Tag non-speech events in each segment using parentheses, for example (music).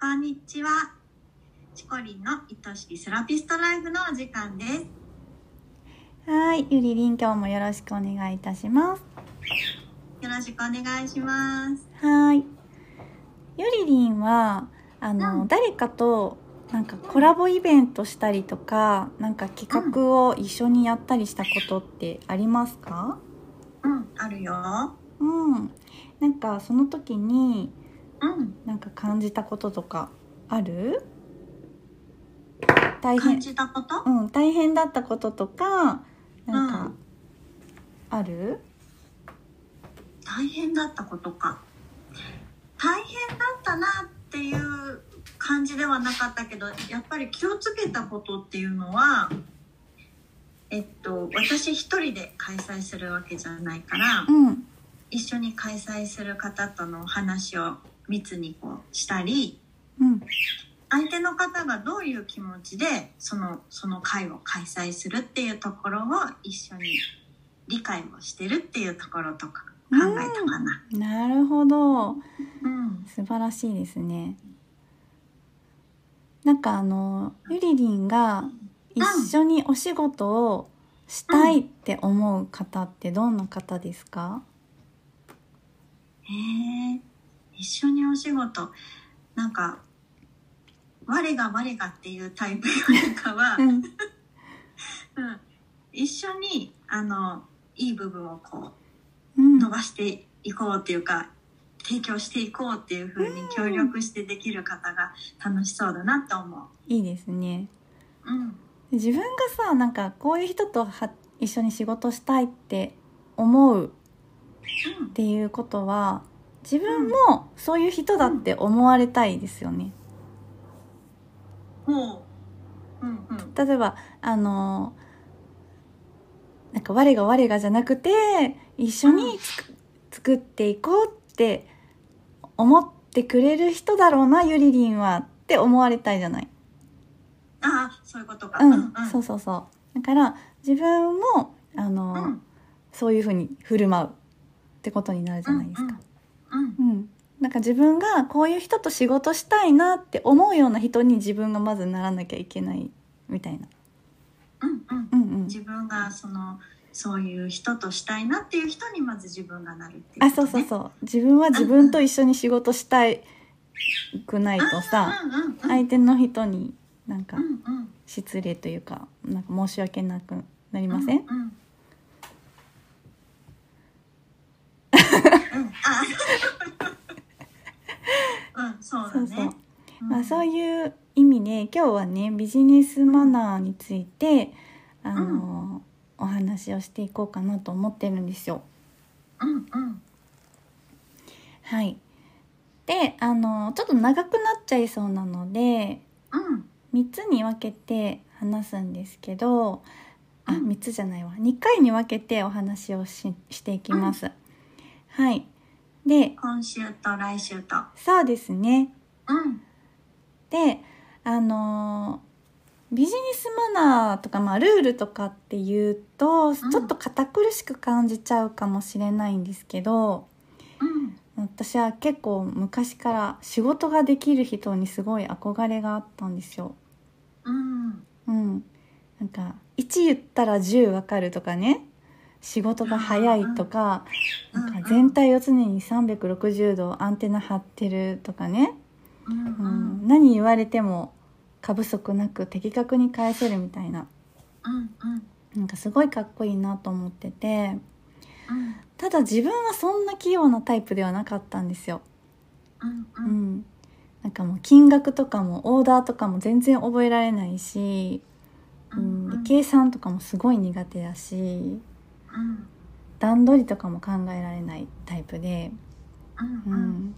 こんにちは。チコリンの愛しいセラピストライフのお時間です。はい、ゆりりん、今日もよろしくお願いいたします。よろしくお願いします。はい。ゆりりんは、あの、うん誰かと、なんかコラボイベントしたりとか、なんか企画を一緒にやったりしたことってありますかうん、あるよ。うん。なんかその時に、うん、なんか感じたこととか、ある大変感、じたことうん、大変だったこととか、なんか、うんある大変だったことか。大変だったなっていう感じではなかったけど、やっぱり気をつけたことっていうのは、えっと、私一人で開催するわけじゃないから、うん。一緒に開催する方とのお話を密にこうしたり、うん。相手の方がどういう気持ちでそのその会を開催するっていうところを一緒に理解をしてるっていうところとか考えたかな。なるほうど。ん、素晴らしいですね。なんかあの、ゆりりんが一緒にお仕事をしたいって思う方ってどんな方ですかへえ一緒にお仕事なんか「我が我が」っていうタイプよりかは、ん。うん、一緒にあのいい部分をこうんう伸ばしていこうっていうか提供していこうっていうふうに協力してできる方が楽しそうだなと思いいですね。う。うん自分がさ、なんかこういう人とは一緒に仕事したいって思ううんっていうことは、自分もそういう人だって思われたいですよね。ほう。うんうん。例えばあのなんか我が我がじゃなくて一緒につく、作っていこうって思ってくれる人だろうなゆりりんはって思われたいじゃない。ああ、そういうことか。うん、うん。そうそうそう。だから自分もあの、うん。そういうふうに振る舞うってことになるじゃないですか。うん。うん、なんか自分がこういう人と仕事したいなって思うような人に自分がまずならなきゃいけないみたいな。うんうん。うんうん。自分がそのそういう人としたいなっていう人にまず自分がなるっていう、あそうそうそう自分は自分と一緒に仕事したいくないとさうんうんうん。相手の人になんかうんうん。失礼というかなんか申し訳なくなりません、うんうん。うんあーうん、そうだそうそうね。、んまあ、そういう意味で今日はねビジネスマナーについてあの、お話をしていこうかなと思ってるんですよ。うんうんはいであのちょっと長くなっちゃいそうなのでうん3つに分けて話すんですけどあうん3つじゃないわ2回に分けてお話をししていきます、はいで今週と来週と。そうですねうんであのービジネスマナーとか、まあ、ルールとかっていうとちょっと堅苦しく感じちゃうかもしれないんですけどうん私は結構昔から仕事ができる人にすごい憧れがあったんですよ。うんうん、なんか1言ったら10わかるとかね仕事が早いとかうんなんか全体を常に360度アンテナ張ってるとかね、うんううんん、何言われても過不足なく的確に返せるみたいなうんうんなんかすごいかっこいいなと思っててうんただ自分はそんな器用なタイプではなかったんですよ。うんううんん、なんかもう金額とかもオーダーとかも全然覚えられないし、ううんんで計算とかもすごい苦手だしうん段取りとかも考えられないタイプで、うんううんん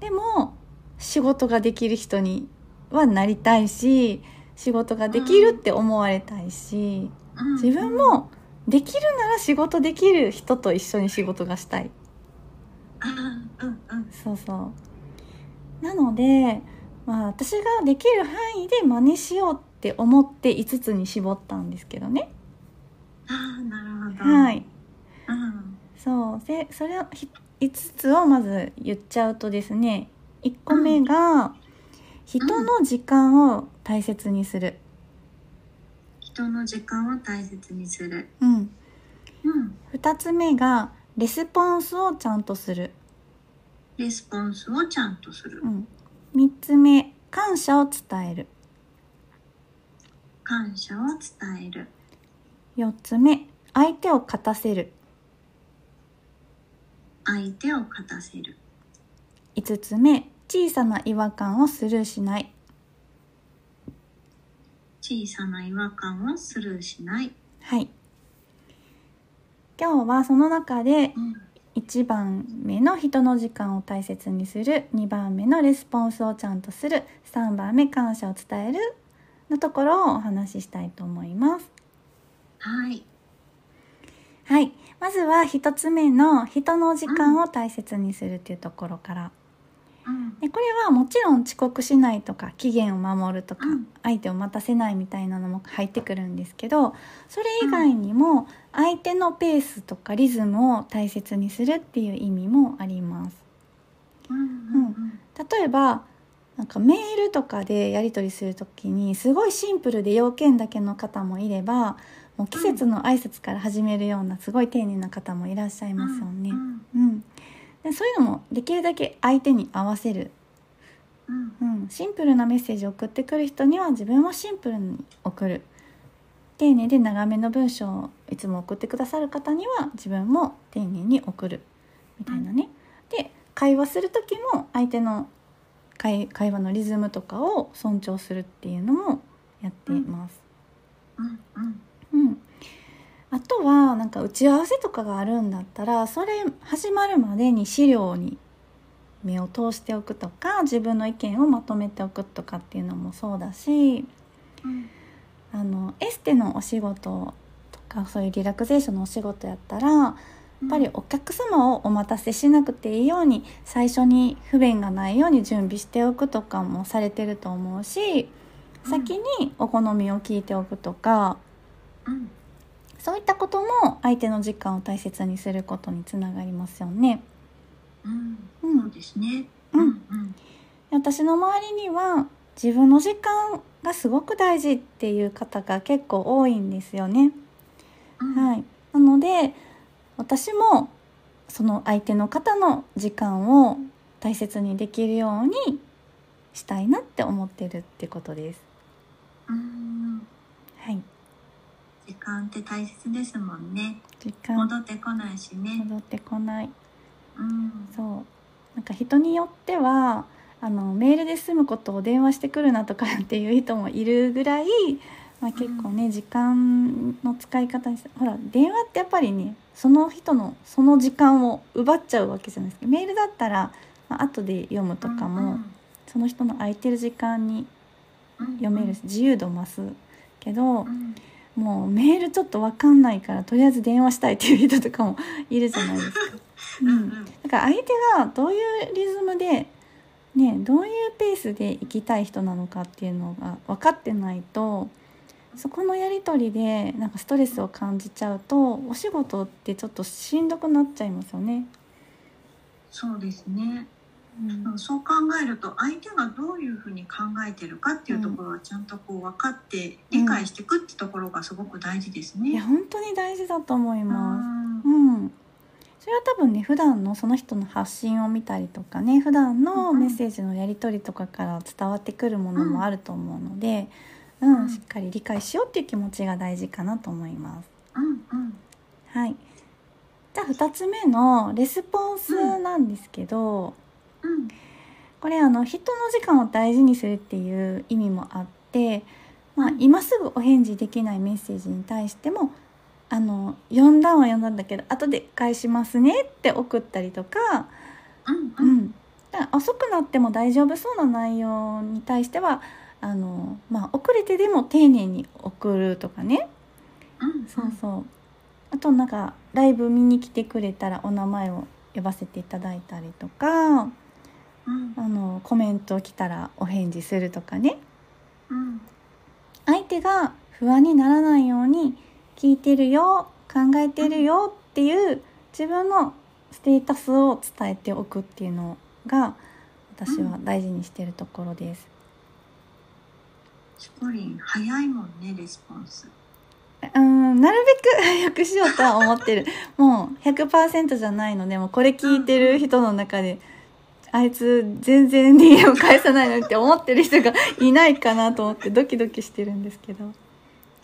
でも仕事ができる人にはなりたいし仕事ができるって思われたいし、うん自分もできるなら仕事できる人と一緒に仕事がしたいあーうんうんそうそうなので、まあ、私ができる範囲で真似しようって思って5つに絞ったんですけどね、あーなるほどはいうんそうでそれをひ5つをまず言っちゃうとですね1個目が、人の時間を大切にする。人の時間を大切にする。うん。うん。二つ目が、レスポンスをちゃんとする。レスポンスをちゃんとするう。ん。三つ目、感謝を伝える。感謝を伝える。四つ目、相手を勝たせる。相手を勝たせる。五つ目、小さな違和感をスルーしない。小さな違和感をスルーしない。はい。今日はその中でうん。 1番目の人の時間を大切にする2番目のレスポンスをちゃんとする3番目感謝を伝えるのところをお話ししたいと思います。はい。はい、まずは1つ目の人の時間を大切にするっていうところからうん。でこれはもちろん遅刻しないとか期限を守るとかうん相手を待たせないみたいなのも入ってくるんですけどそれ以外にも相手のペースとかリズムを大切にするっていう意味もあります。うん。うん。例えばなんかメールとかでやり取りするときにすごいシンプルで要件だけの方もいればもう季節の挨拶から始めるようなすごい丁寧な方もいらっしゃいますよねう。ん。うん、でそういうのもできるだけ相手に合わせる、うん。うん、シンプルなメッセージを送ってくる人には自分もシンプルに送る丁寧で長めの文章をいつも送ってくださる方には自分も丁寧に送るみたいなね、で会話する時も相手の会会話のリズムとかを尊重するっていうのもやっています、うん。うん。うん、あとはなんか打ち合わせとかがあるんだったらそれ始まるまでに資料に目を通しておくとか自分の意見をまとめておくとかっていうのもそうだしうん。あのエステのお仕事とかそういうリラクゼーションのお仕事やったらやっぱりお客様をお待たせしなくていいように最初に不便がないように準備しておくとかもされてると思うしうん先にお好みを聞いておくとか。うん。そういったことも相手の時間を大切にすることにつながりますよね。うん。う、そうんですね。うんうん。私の周りには自分の時間がすごく大事っていう方が結構多いんですよね。うん。。はいい、なので私もその相手の方の時間を大切にできるようにしたいなって思ってるってことです。うん。はい、時間って大切ですもんね。時間戻ってこないしね。戻ってこないうん。そうなんか人によってはあのメールで済むことを電話してくるなとかっていう人もいるぐらい、まあ、結構ね、時間の使い方にほら電話ってやっぱりねその人のその時間を奪っちゃうわけじゃないですかメールだったら、まあ後で読むとかも、その人の空いてる時間にうんうん読めるし。自由度増すけど、うん。もうメールちょっと分かんないからとりあえず電話したいっていう人とかもいるじゃない (laughs) ですか。うんううんん。だから相手がどういうリズムで、ね、どういうペースで行きたい人なのかっていうのが分かってないとそこのやり取りでなんかストレスを感じちゃうとお仕事ってちょっとしんどくなっちゃいますよね。そうですね。うんうんそう考えると相手がどういうふうに考えてるかっていうところはちゃんとこう分かって理解していくってところがすごく大事ですいね。や本当に大事だと思いうます。んうん、それは多分ね普段のその人の発信を見たりとかね普段のメッセージのやり取りとかから伝わってくるものもあると思うので、うんうんしっかり理解しようっていう気持ちが大事かなと思います。うんうんはい、じゃあ2つ目のレスポンスなんですけど、うんこれあの人の時間を大事にするっていう意味もあって、まあ、今すぐお返事できないメッセージに対してもあの読んだんは読んだんだけど後で返しますねって送ったりとか、うんううんん、だから遅くなっても大丈夫そうな内容に対してはあの、まあ、遅れてでも丁寧に送るとかね、うんそうそうあとなんかライブ見に来てくれたらお名前を呼ばせていただいたりとかあうんのコメント来たらお返事するとかねうん相手が不安にならないように聞いてるよ考えてるよっていう自分のステータスを伝えておくっていうのが私は大事にしてるところです。しこりん早いもんねレスポンスうんなるべく早くしようとは思ってる (laughs) もう100%じゃないのでもうこれ聞いてる人の中であいつ全然 DM 返さないのにって思ってる人がいないかなと思ってドキドキしてるんですけど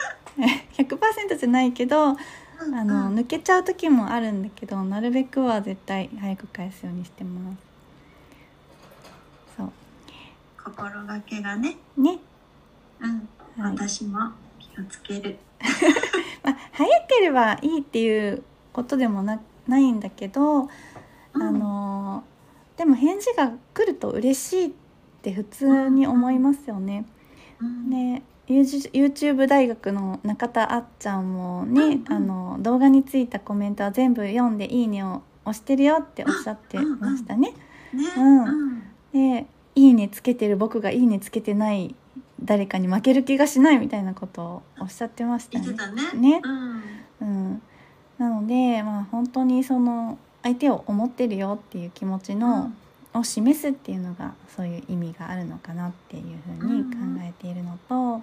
(laughs) 100%じゃないけどあうんうんの抜けちゃう時もあるんだけどなるべくは絶対早く返すようにしてますそ心がけがねうねうん、はい私も気をつけるまあ、早ければいいっていうことでもなないんだけうど、んあのーでも返事が来ると嬉しいって普通に思いますよね。うんで YouTube YouTube 大学の中田あっちゃんもね、うんうんあの動画についたコメントは全部読んで「いいね」を押してるよっておっしゃってましたね。ね、うんうんで「いいね」つけてる僕が「いいね」つけてない誰かに負ける気がしないみたいなことをおっしゃってました言ってね。たねねうんうん、なので、まあ、本当にその相手を思ってるよっていう気持ちの、を示すっていうのがそういう意味があるのかなっていうふうに考えているのと、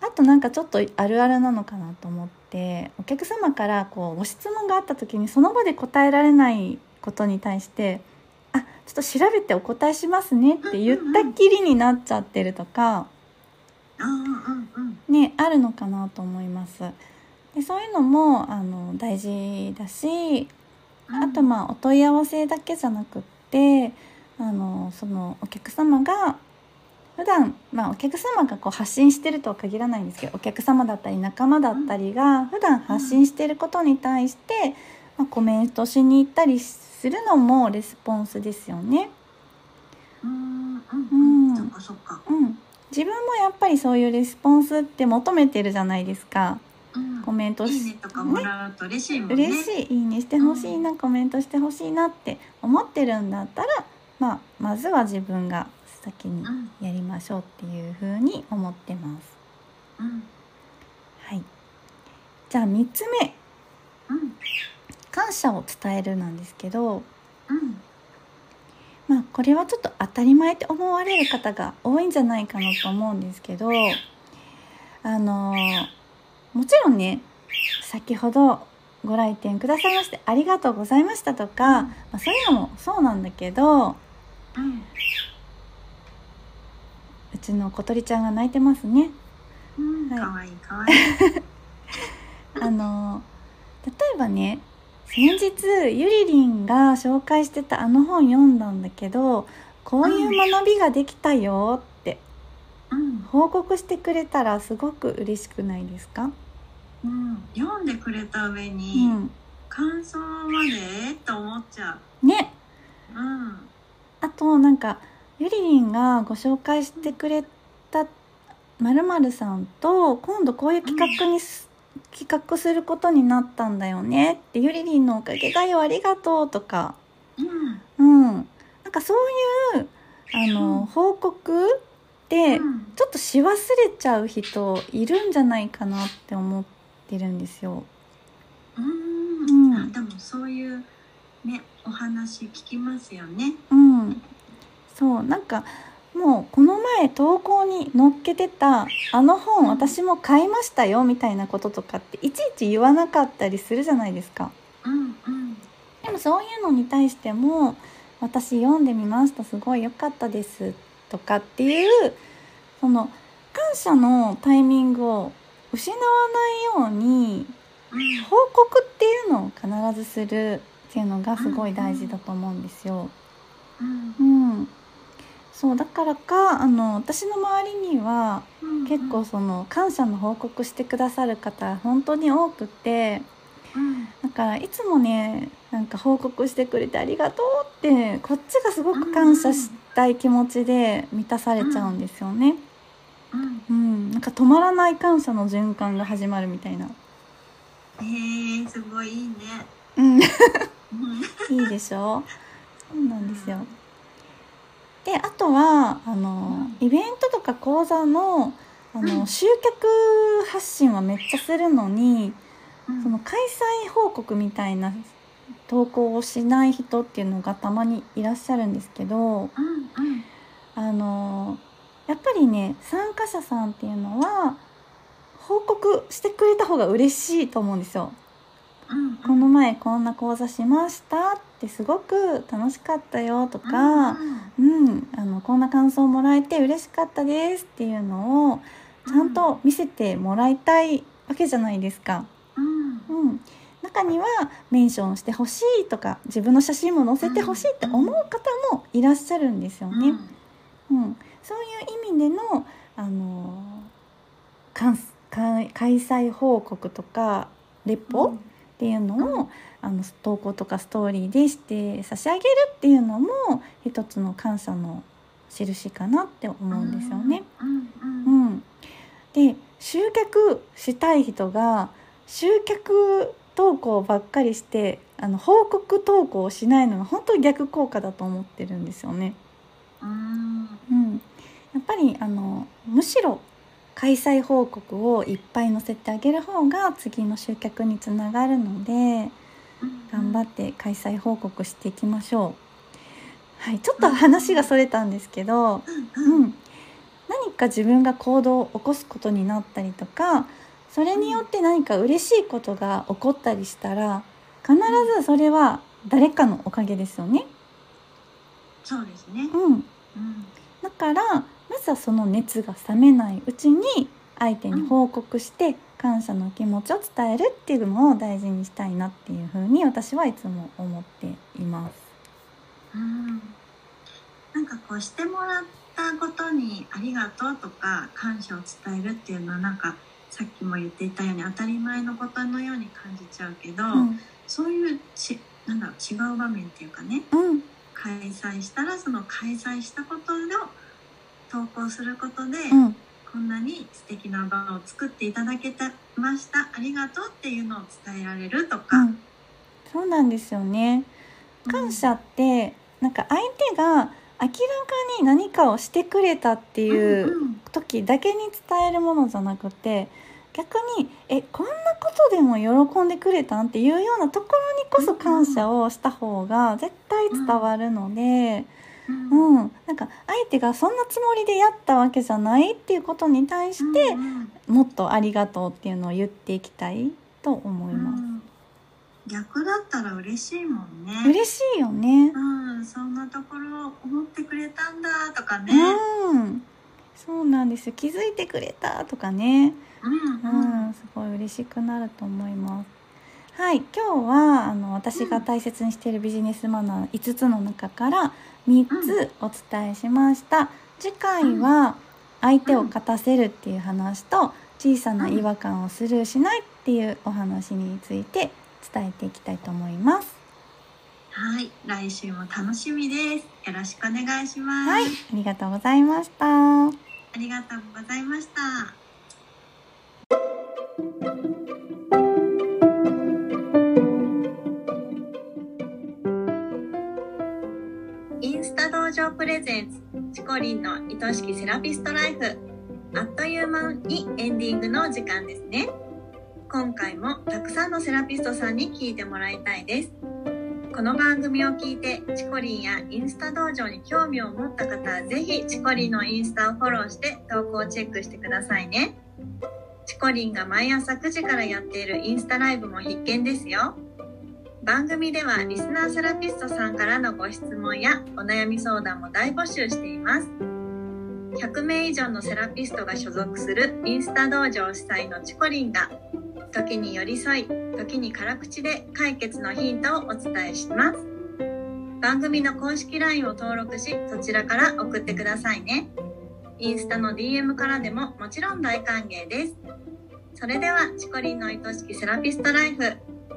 あとなんかちょっとあるあるなのかなと思ってお客様からこうご質問があった時にその場で答えられないことに対して「あちょっと調べてお答えしますね」って言ったっきりになっちゃってるとか。うんうんうんね、あるのかなと思います。でそういうのもあの大事だしうんあとまあお問い合わせだけじゃなくってあのそのお客様が普段まあお客様がこう発信してるとは限らないんですけどお客様だったり仲間だったりが普段発信してることに対して、まあ、コメントしに行ったりするのもレスポンスですよね。うんうんううんんそっかそっかうん、自分もやっぱりそういうレスポンスって求めてるじゃないですか。うんコメントしいいねとかもらうと嬉しいもんね嬉しいいいねしてほしいな、コメントしてほしいなって思ってるんだったら、まあ、まずは自分が先にうんやりましょうっていうふうに思ってます。うんはい、じゃあ3つ目うん「感謝を伝える」なんですけど、うんまあ、これはちょっと当たり前って思われる方が多いんじゃないかなと思うんですけどあのもちろんね先ほどご来店くださいましてありがとうございましたとか、まあ、そういうのもそうなんだけどうんうちの小鳥ちゃんが泣いてますね。うんはいかわいいかわいいあの例えばね先日ゆりりんが紹介してたあの本読んだんだけどこういう学びができたよってうん報告してくれたらすごく嬉しくないですか、うん読んでくれた上うにん、感想までと思っちゃねううんあとなんかゆりりんがご紹介してくれたまるまるさんと今度こういう企画にす、企画することになったんだよねってゆりりんのおかげだよありがとうとかうんうんなんかそういうあの、うん報告ってうんちょっとし忘れちゃう人いるんじゃないかなって思ってるんですよ。うん、うんあでもそういうねお話聞きますよね。うん、そうなんかもうこの前投稿に載っけてた「あの本私も買いましたよ」みたいなこととかっていちいち言わなかったりするじゃないですか。うんうんでもそういうのに対しても「私読んでみましたすごい良かったです」とかっていうその感謝のタイミングを失わないようにうん報告っていうのを必ずするっていうのがすごい大事だと思うんですよ。うんうん、そうだからかあの私の周りにはうん結構その感謝の報告してくださる方本当に多くてうんだからいつもねなんか報告してくれてありがとうってこっちがすごく感謝したい気持ちで満たされちゃうんですよね。うんうん、なんか止まらない感謝の循環が始まるみたいな。へえすごいいいね。うん、いうんいでしょそうなんですよ。であとはあの、イベントとか講座のあの、うん集客発信はめっちゃするのにうんその開催報告みたいな投稿をしない人っていうのがたまにいらっしゃるんですけどうんうんあのやっぱりね参加者さんっていうのは報告してくれた方が嬉しいと思うんですよ。うんこの前こんな講座しましたってすごく楽しかったよとか、うん、あのこんな感想もらえて嬉しかったですっていうのをちゃんと見せてもらいたいわけじゃないですか。うんうんうん、中にはメンションしてほしいとか自分の写真も載せてほしいって思う方もいらっしゃるんですようんね。うん、そういう意味での、あのーかんか開催報告とかレポっていうのを、あの投稿とかストーリーでして差し上げるっていうのも一つの感謝の印かなって思うんですよね。うんうんうん、で集客したい人が集客投稿ばっかりしてあの報告投稿をしないのが本当に逆効果だと思ってるんですよね。うんうん、やっぱりあのむしろ開催報告をいっぱい載せてあげる方が次の集客につながるので頑張って開催報告していきましょう、はい、ちょっと話がそれたんですけど、うんううんん、何か自分が行動を起こすことになったりとかそれによって何か嬉しいことが起こったりしたら必ずそれは誰かのおかげですよね。そうですねううんんだからまずはその熱が冷めないうちに相手に報告して感謝の気持ちを伝えるっていうのを大事にしたいなっていうふうに私はいつも思っています。うんなんかこうしてもらったことにありがとうとか感謝を伝えるっていうのはなんかさっきも言っていたように当たり前のことのように感じちゃうけど、うん、そういうちなんだろう違う場面っていうかねうん、開催したらその開催したことを投稿することで、うん、こんなに素敵な場を作っていただけてましたありがとうっていうのを伝えられるとうか、ん、そうなんですよね。感謝ってなんか相手が明らかに何かをしてくれたってうんいううん時だけに伝えるものじゃなくて逆に「えこんなことでも喜んでくれたん?」っていうようなところにこそ感謝をした方が絶対伝わるので、うんうんなんか相手がそんなつもりでやったわけじゃないっていうことに対してう、んもっと「ありがとう」っていうのを言っていきたいと思ういます。ん逆だったら嬉しいもんね嬉しいよね、うん、そんなところを思ってくれたんだとかね、うんそうなんですよ気づいてくれたとかねうんうんうん、すごい嬉しくなると思います。はい、今日はあの私が大切にしているビジネスマナー5つの中から3つお伝えしました。次回は相手を勝たせるっていう話と小さな違和感をスルーしないっていうお話について伝えていきたいと思います。はい来週も楽しみですよろしくお願いします、はい、ありがとうございました。ありがとうございましたインスタ道場プレゼンツチコリンの愛しきセラピストライフあっという間にエンディングのお時間ですね今回もたくさんのセラピストさんに聞いてもらいたいですこの番組を聞いてチコリンやインスタ道場に興味を持った方はぜひチコリンのインスタをフォローして投稿をチェックしてくださいねチコリンが毎朝9時からやっているインスタライブも必見ですよ番組ではリスナーセラピストさんからのご質問やお悩み相談も大募集しています100名以上のセラピストが所属するインスタ道場主催のチコリンが時に寄り添い時に辛口で解決のヒントをお伝えします番組の公式 LINE を登録しそちらから送ってくださいねインスタの DM からでももちろん大歓迎ですそれではチコリンの愛しきセラピストライフ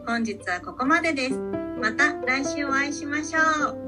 本日はここまでですまた来週お会いしましょう